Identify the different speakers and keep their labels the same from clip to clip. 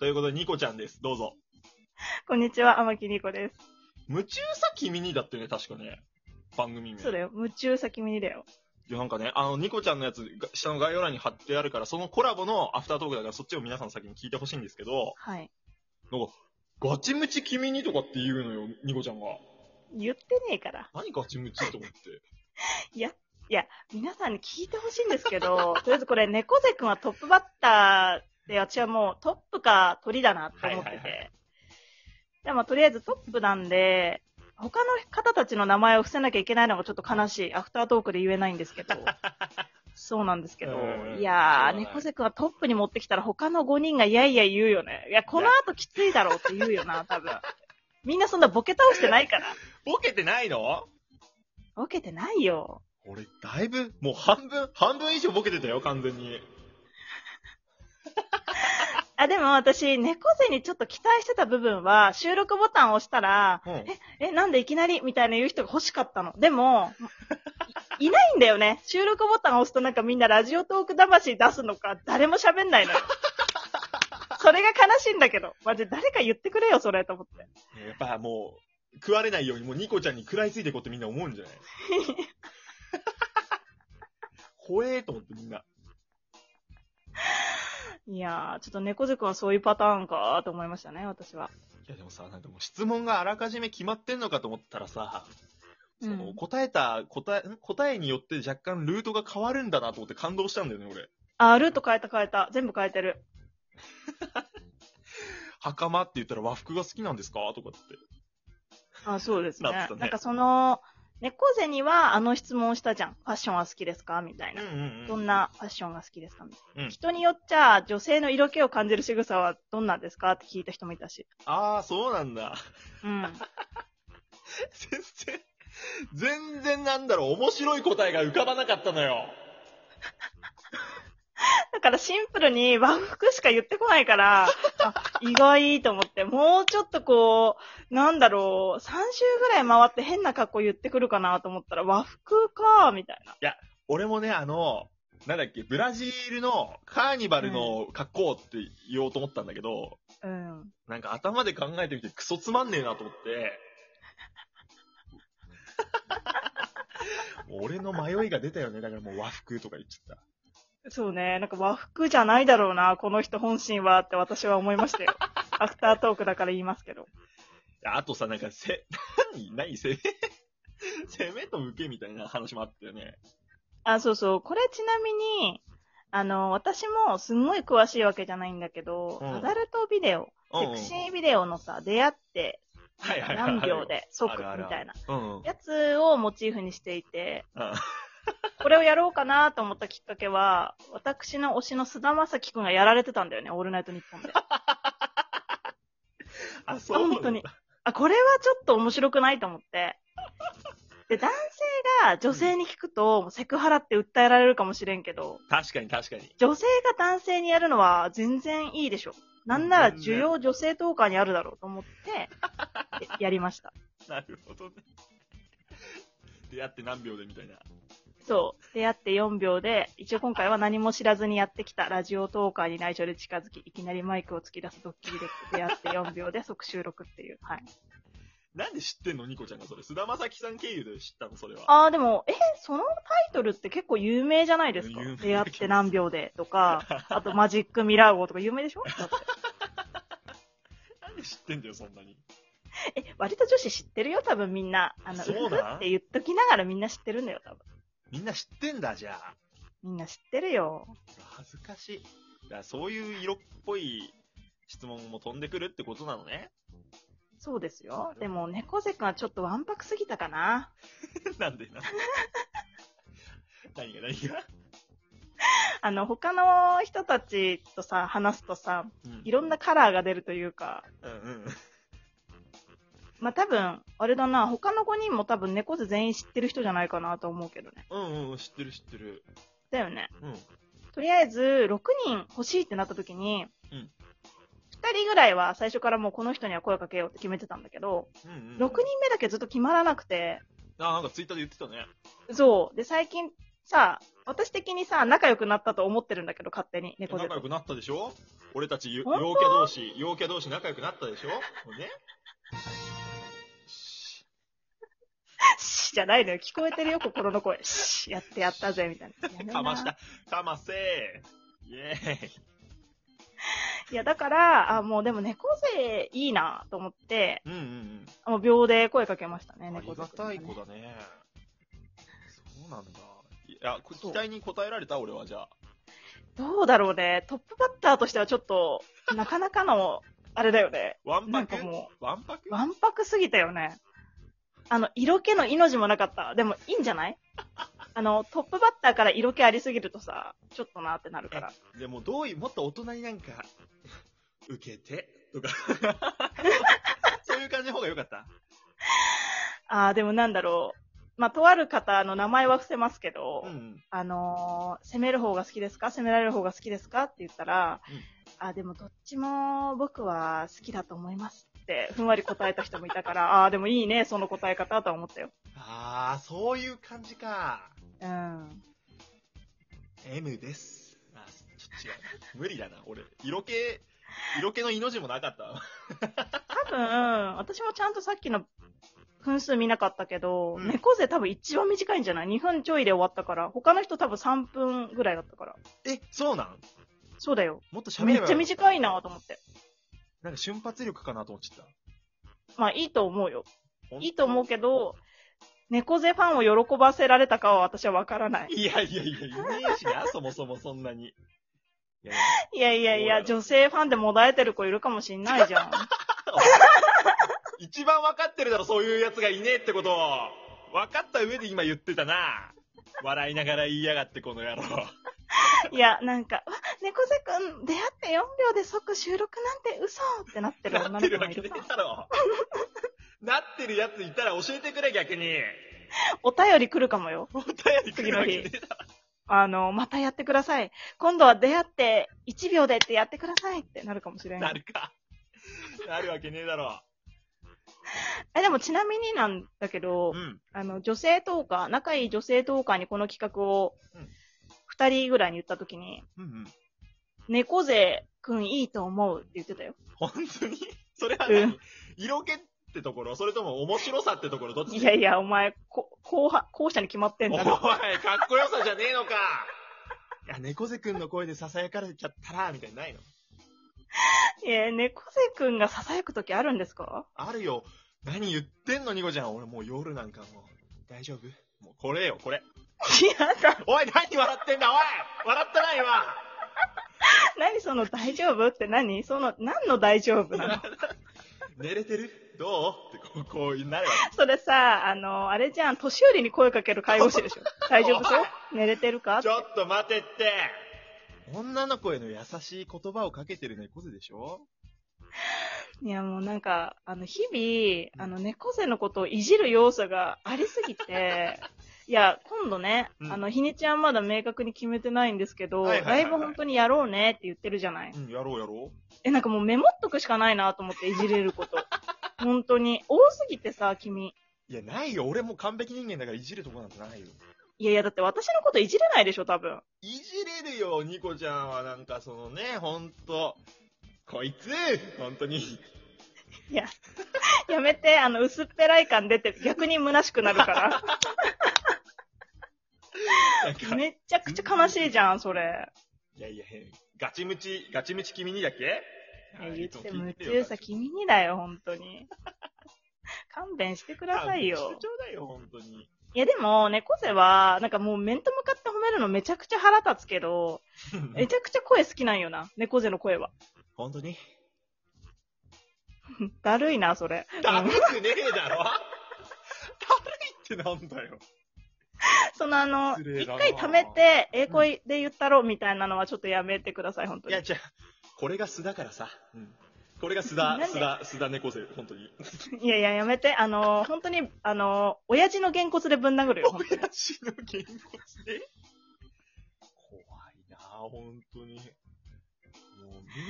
Speaker 1: ということで、ニコちゃんです。どうぞ。
Speaker 2: こんにちは、天木ニコで
Speaker 1: 夢中さ君にだってね、確かね。番組名。
Speaker 2: す。そうだよ、夢中先見にだよ。
Speaker 1: いやなんかね、あの、ニコちゃんのやつ、が下の概要欄に貼ってあるから、そのコラボのアフタートークだから、そっちを皆さん先に聞いてほしいんですけど、
Speaker 2: はい。
Speaker 1: なんか、ガチムチ君にとかって言うのよ、ニコちゃんが。
Speaker 2: 言ってねえから。
Speaker 1: 何ガチムチと思って。
Speaker 2: いや、皆さんに聞いてほしいんですけど、 とりあえずこれ、猫背くんはトップバッターで、私はもうトップか鳥だなって思って
Speaker 1: はいはいは
Speaker 2: て。でも、とりあえずトップなんで、他の方たちの名前を伏せなきゃいけないのがちょっと悲しい。アフタートークで言えないんで すけど。そうなんですけど
Speaker 1: うん。しょう
Speaker 2: いやー、
Speaker 1: がない
Speaker 2: 猫背くんはトップに持ってきたら他の5人がいやいや言うよね。いや、この後きついだろうって言うよな、多分。みんなそんなボケ倒してないから。
Speaker 1: ボケてないの
Speaker 2: ボケてないよ。
Speaker 1: 俺、だいぶ、もう半分、半分以上ボケてたよ、完全に。
Speaker 2: あ、でも私、猫背にちょっと期待してた部分は、収録ボタンを押したら、
Speaker 1: うん。
Speaker 2: え、なんでいきなりみたいな言う人が欲しかったの。でも、いい ないんだよね。収録ボタンを押すとなんかみんなラジオトーク魂出すのか、誰も喋んないのよ。それが悲しいんだけど。マジ、誰か言ってくれよ、それ、と思って。
Speaker 1: ねやっぱもう、食われないように、もうニコちゃんに食らいついていこうってみんな思うんじゃない 怖えと思ってみんな。
Speaker 2: いやー、ちょっと猫背くんはそういうパターンかーと思いましたね、私は。
Speaker 1: いやでもさ、なんかもう質問があらかじめ決まってんのかと思ったらさ、その
Speaker 2: うん
Speaker 1: 答えた答え、ん答えによって若干ルートが変わるんだなと思って感動したんだよね、俺。
Speaker 2: あ、ルート変えた変えた。全部変えてる。
Speaker 1: 袴って言ったら和服が好きなんですかとかって。
Speaker 2: あ、そうですね。
Speaker 1: なってたね
Speaker 2: なんかその、猫背にはあの質問をしたじゃん。ファッションは好きですかみたいな。
Speaker 1: ん
Speaker 2: どん。なファッションが好きですか、
Speaker 1: うん
Speaker 2: 人によっちゃ女性の色気を感じる仕草はどんなんですかって聞いた人もいたし。
Speaker 1: ああ、そうなんだ。
Speaker 2: うん。
Speaker 1: 全然、全然なんだろう、面白い答えが浮かばなかったのよ。
Speaker 2: だからシンプルに和服しか言ってこな いから、あ意外と思って、もうちょっとこう、なんだろう、3周ぐらい回って変な格好言ってくるかなと思ったら和服か、みたいな。
Speaker 1: 俺もね、あの、なんだっけ、ブラジルのカーニバルの格好って言おうと思ったんだけど、
Speaker 2: うん。
Speaker 1: なんか頭で考えてみてクソつまんねえなと思って、俺の迷いが出たよね。だからもう和服とか言っちゃった。
Speaker 2: そうね、なんか和服じゃないだろうな、この人本心はって私は思いまし たよ。アフタートークだから言いますけど。
Speaker 1: ああとさ、なんかせ、 何何せ、 攻めと受けみたいな話もあったよね。
Speaker 2: あ、そうそう。これちなみに、あの、私もすんごい詳しいわけじゃないんだけど、
Speaker 1: うん
Speaker 2: アダルトビデオ、セクシービデオのさ、出会って
Speaker 1: はいはいはい。
Speaker 2: 何秒で即み
Speaker 1: あるある
Speaker 2: たいな
Speaker 1: うん。うん。
Speaker 2: やつをモチーフにしていて、 これをやろうかなと思ったきっかけは、私の推しの菅田将暉くんがやられてたんだよね、オールナイトニッポンで。
Speaker 1: あ、そうなんだ
Speaker 2: 本当に。あ、これはちょっと面白くないと思って。で、男性が女性に聞くと、セクハラって訴えられるかもしれんけど、
Speaker 1: 確かに確かに。
Speaker 2: 女性が男性にやるのは全然いいでしょ。なんなら
Speaker 1: 全然
Speaker 2: 需要女性投下にあるだろうと思って、やりました。
Speaker 1: なるほどね。出会って何秒でみたいな。
Speaker 2: そう。出会って4秒で、一応今回は何も知らずにやってきたラジオトーカーに内緒で近づき、いきなりマイクを突き出すドッキリで出会って4秒で即収録っていう。はい。
Speaker 1: なんで知ってんのニコちゃんがそれ。菅田将暉さん経由で知ったのそれは。
Speaker 2: あーでも、え、そのタイトルって結構有名じゃないですか
Speaker 1: 有名です
Speaker 2: 出会って何秒でとか、 あとマジックミラー号とか有名でしょだって
Speaker 1: なんで知ってんだよ、そんなに。
Speaker 2: え、割と女子知ってるよ、多分みんな。あの、
Speaker 1: そう
Speaker 2: ふ
Speaker 1: なん
Speaker 2: って言っときながらみんな知ってるんだよ、多分。
Speaker 1: みんな知ってんだ、じゃあ。
Speaker 2: みんな知ってるよ。
Speaker 1: 恥ずかしい。だからそういう色っぽい質問も飛んでくるってことなのね。
Speaker 2: そうですよ。でも、猫背くんはちょっとわんぱくすぎたかな。
Speaker 1: なんでなんで何が何が、
Speaker 2: あの、他の人たちとさ、話すとさ、
Speaker 1: うん
Speaker 2: いろんなカラーが出るというか、
Speaker 1: うんうん。
Speaker 2: まあ、多分、あれだな、他の5人も多分猫背全員知ってる人じゃないかなと思うけどね。
Speaker 1: うんうん、知ってる知ってる。
Speaker 2: だよね。
Speaker 1: うん。
Speaker 2: とりあえず、6人欲しいってなった時に、
Speaker 1: うん
Speaker 2: 2人ぐらいは最初からもうこの人には声かけようって決めてたんだけど、
Speaker 1: うんうん、
Speaker 2: 6人目だけずっと決まらなくて、
Speaker 1: あ、なんかツイッターで言ってたね。
Speaker 2: そう。で、最近さ、私的にさ、仲良くなったと思ってるんだけど、勝手に、猫
Speaker 1: 仲
Speaker 2: 背と
Speaker 1: 良。くなったでしょ俺たち、よ
Speaker 2: 本当
Speaker 1: 陽キャ同士、陽キャ同士仲良くなったでしょもうね。
Speaker 2: シーじゃないのよ。聞こえてるよ、心の声。 シーやってやったぜ、みたいな。やめな
Speaker 1: かました。かませイエーイ。
Speaker 2: いや、だから、あ、もうでも猫背いいなと思って、
Speaker 1: うんうん
Speaker 2: もう秒で声かけましたね、
Speaker 1: うん。あ
Speaker 2: 猫
Speaker 1: り
Speaker 2: 背
Speaker 1: が
Speaker 2: くん
Speaker 1: たい
Speaker 2: にね、
Speaker 1: 子だね。そうなんだ。いや、こ期待に応えられた俺はじゃあ。
Speaker 2: どうだろうね。トップバッターとしてはちょっと、なかなかの、あれだよね。
Speaker 1: ワン
Speaker 2: な
Speaker 1: パク
Speaker 2: んかも
Speaker 1: ワンパク
Speaker 2: う、わんぱくすぎたよね。あの、色気の命もなかった。でも、いいんじゃないあの、トップバッターから色気ありすぎるとさ、ちょっとなってなるから。
Speaker 1: でもどういう、もっと大人になんか、受けて、と か。そういう感じの方が良かった。
Speaker 2: あーでもなんだろう。まあ、とある方の名前は伏せますけど、
Speaker 1: ん。
Speaker 2: あのー攻める方が好きですか攻められる方が好きですかって言ったら、
Speaker 1: うん
Speaker 2: あ、でもどっちも僕は好きだと思いますって、ふんわり答えた人もいたから、あー でもいいね、その答え方とは思ったよ。
Speaker 1: あー、そういう感じか。
Speaker 2: うん。
Speaker 1: M です。あ、ちょっと違う。無理だな、俺。色気、色気の命もなかったわ。
Speaker 2: 多分、私もちゃんとさっきの分数見なかったけど、
Speaker 1: うん
Speaker 2: 猫背多分一番短いんじゃない ?2 分ちょいで終わったから、他の人多分3分ぐらいだったから。
Speaker 1: え、そうなん
Speaker 2: そうだよ。
Speaker 1: もっと喋
Speaker 2: め
Speaker 1: れ
Speaker 2: っ
Speaker 1: ば
Speaker 2: ちゃ短いなと思って。
Speaker 1: なんか瞬発力かなと思っちゃっ
Speaker 2: まあいいと思うよ。
Speaker 1: た。
Speaker 2: いいと思うけど、猫背ファンを喜ばせられたかは私はわからない。
Speaker 1: いやいやいや、イメージが、そもそもそんなに。いやいや
Speaker 2: いやいやいや、女性ファンでもだえてる子いるかもしんないじゃん。
Speaker 1: 一番分かってるだろ、そういうやつがいねえってことを。分かった上で今言ってたな。笑いながら言いやがって、この野郎。
Speaker 2: いや、なんか、わ猫背くん、出会って4秒で即収録なんて嘘ってなってる
Speaker 1: な
Speaker 2: 女
Speaker 1: ってる
Speaker 2: の子
Speaker 1: わ
Speaker 2: もい
Speaker 1: け
Speaker 2: る
Speaker 1: ね
Speaker 2: か
Speaker 1: えだろ。なってるやついたら教えてくれ、逆に。
Speaker 2: ら。お便り来るかもよ。
Speaker 1: お便り来るわけねえだろ。
Speaker 2: あの、またやってください。今度は出会って1秒でってやってくださいってなるかもしれな。
Speaker 1: ないるか。なるわけねえだろ。
Speaker 2: え、でもちなみになんだけど
Speaker 1: う、ん。
Speaker 2: あの、女性トーカー、仲いい女性トーカーにこの企画を
Speaker 1: うん
Speaker 2: 2人ぐらいに言ったときに、
Speaker 1: うんうん。
Speaker 2: 猫背くんいいと思うって言ってたよ。
Speaker 1: 本当にそれは
Speaker 2: う
Speaker 1: 何
Speaker 2: ん
Speaker 1: 色気ってところそれとも面白さってところどっち
Speaker 2: いやいや、お前、こ後半、後者に決まってん
Speaker 1: おい、
Speaker 2: だ
Speaker 1: か
Speaker 2: ろ。
Speaker 1: っこよさじゃねえのかいや、猫背くんの声で囁かれちゃったら、みたいにないの
Speaker 2: えー、猫背くんが囁くときあるんですか
Speaker 1: あるよ。何言ってんの、ニコちゃん。俺もう夜なんかもう、大丈夫もうこれよ、これ。
Speaker 2: いやだ、
Speaker 1: おい、何笑ってんだ、おい笑ったな、今
Speaker 2: 何その大丈夫って何その、何の大丈夫な の
Speaker 1: 寝れてるどうってこう、こうなるわ
Speaker 2: それさ、あの、あれじゃん、年寄りに声かける介護士で しょ。大丈夫そう寝れてるか
Speaker 1: け。ちょっと待てって女の子への優しい言葉をかけてる猫背でしょ
Speaker 2: いや、もうなんか、あの、日々、あの、猫背のことをいじる要素がありす ぎて、いや、今度ね、
Speaker 1: うん
Speaker 2: あの、日にちはまだ明確に決めてないんですけど、
Speaker 1: はいはいはい
Speaker 2: ラ
Speaker 1: はい
Speaker 2: イブ本当にやろうねって言ってるじゃない。
Speaker 1: うん、やろうやろ
Speaker 2: え、なんかもうメモっとくしかないなと思って、いじれ ること。本当に。多すぎてさ、君。
Speaker 1: う。いや、ないよ。俺も完璧人間だからいじるとこなんてないよ。
Speaker 2: いやいや、だって私のこといじれないでしょ、多分。
Speaker 1: いじれるよ、ニコちゃんはなんかそのね、ほんと。こいつ本当に。
Speaker 2: いや、 やめて、あの、薄っぺらい感出て、逆に虚しくなる か
Speaker 1: なんか、
Speaker 2: ら。めっちゃくちゃ悲しいじゃん、それ。
Speaker 1: いやいや、変ガチムチ、ガチムチ君にだっけ
Speaker 2: いや
Speaker 1: い
Speaker 2: 言
Speaker 1: や
Speaker 2: っ
Speaker 1: つも
Speaker 2: て、
Speaker 1: 聞
Speaker 2: 夢
Speaker 1: いるよ
Speaker 2: 中さ、君にだよ、本当に。 勘弁してください
Speaker 1: 勘弁し
Speaker 2: よ
Speaker 1: て。ちょうだいよ、本当に。
Speaker 2: いや、でも、猫背は、なんかもう面と向かって褒めるのめちゃくちゃ腹立つけど、めちゃくちゃ声好きなんよな、猫背の声は。
Speaker 1: 本当に
Speaker 2: だるいな、それ。
Speaker 1: だ
Speaker 2: うん
Speaker 1: るくねえだろだるいってなんだよ。
Speaker 2: そのあの、
Speaker 1: 失礼
Speaker 2: 一
Speaker 1: だな
Speaker 2: 回貯めて、英語で言ったろみたいなのはちょっとやめてください、本当
Speaker 1: い
Speaker 2: に
Speaker 1: や、。じゃあこれが素だからさ。うん。これが素だ
Speaker 2: な、んで
Speaker 1: 素だ、素だ猫背、本当に。
Speaker 2: いやいや、やめて。あの、本当に、あの、親父のげんこつでぶん殴るよ、本当に。
Speaker 1: 親父の言語で怖いなぁ、本当に。もう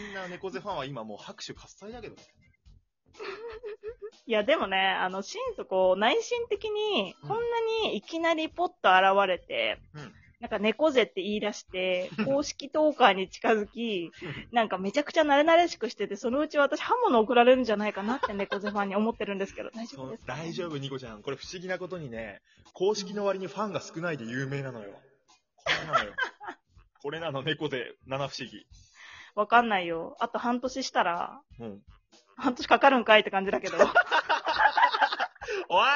Speaker 1: みんな猫背ファンは今もう拍手喝采だけどね。
Speaker 2: いや、でもね、あの、心底、内心的に、
Speaker 1: うん
Speaker 2: こんなにいきなりポッと現れて、
Speaker 1: うん
Speaker 2: なんか猫背って言い 出して、公式トーカーに近づき、なんかめちゃくちゃ慣れ慣れしくしてて、そのうち私刃物送られるんじゃないかなって猫背ファンに思ってるんですけど、大 丈
Speaker 1: そ
Speaker 2: 夫
Speaker 1: の
Speaker 2: ですか、
Speaker 1: 大丈夫、ニコちゃん。これ不思議なことにね、公式の割にファンが少ないで有名なのよ。これなの よ。これなの、猫で七不思議。
Speaker 2: わかんないよ。あと半年したら、
Speaker 1: うん。
Speaker 2: 半年かかるんかいって感じだ けど。
Speaker 1: おい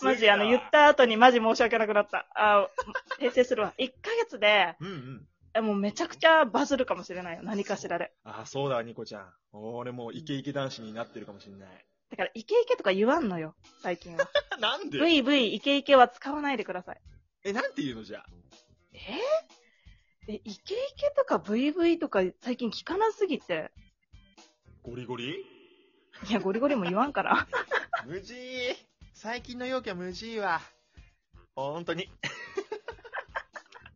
Speaker 2: マジ、あの、言っ。
Speaker 1: す
Speaker 2: た後にマジ申し訳なくなった。あー訂正するわ。1ヶ月で、
Speaker 1: げえなうんうん。
Speaker 2: えもうめちゃくちゃバズるかもしれないよ。何かしらで。
Speaker 1: あ、そうだ、ニコちゃん。俺もうイケイケ男子になってるかもしんない。
Speaker 2: だから、イケイケとか言わんのよ。最近は。
Speaker 1: なんで
Speaker 2: VV イケイケは使わないでください。
Speaker 1: え、なんて言うのじゃあ。
Speaker 2: え、イケイケとか VV とか最近聞かなすぎて。
Speaker 1: ゴリゴリ
Speaker 2: いや、ゴリゴリも言わんから。
Speaker 1: 無事最近の容器は無事は。ほんとに。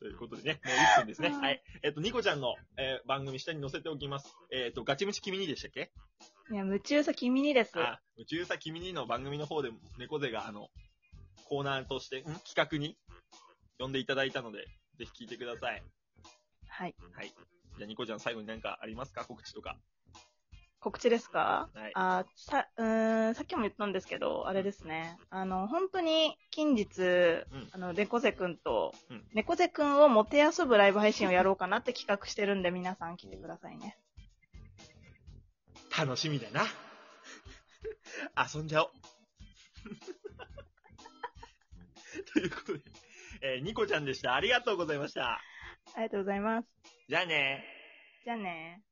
Speaker 1: ということでね、もう1分ですね。
Speaker 2: うん
Speaker 1: はい。えっ、と、ニコちゃんの、えー番組下に載せておきます。えっ、と、ガチムチ君にでしたっけ
Speaker 2: いや、夢中さ君にです。
Speaker 1: あ、宇宙さ君にの番組の方でも猫背があの、コーナーとして、ん企画に呼んでいただいたので、ぜひ聞いてください。
Speaker 2: はい。
Speaker 1: はい。じゃあ、ニコちゃん最後に何かありますか告知とか。
Speaker 2: 告知ですか
Speaker 1: はい。
Speaker 2: あさ、うーん、さっきも言ったんですけど、あれですね。あの、本当に近日、
Speaker 1: ん
Speaker 2: あの、猫背くんと
Speaker 1: うん、
Speaker 2: 猫背くんをもてあそぶライブ配信をやろうかなって企画してるんで、皆さん来てくださいね。
Speaker 1: 楽しみだな。 遊んじゃおう。 ということで、えーニコちゃんでした。ありがとうございました。
Speaker 2: ありがとうございます。
Speaker 1: じゃあね
Speaker 2: じゃあね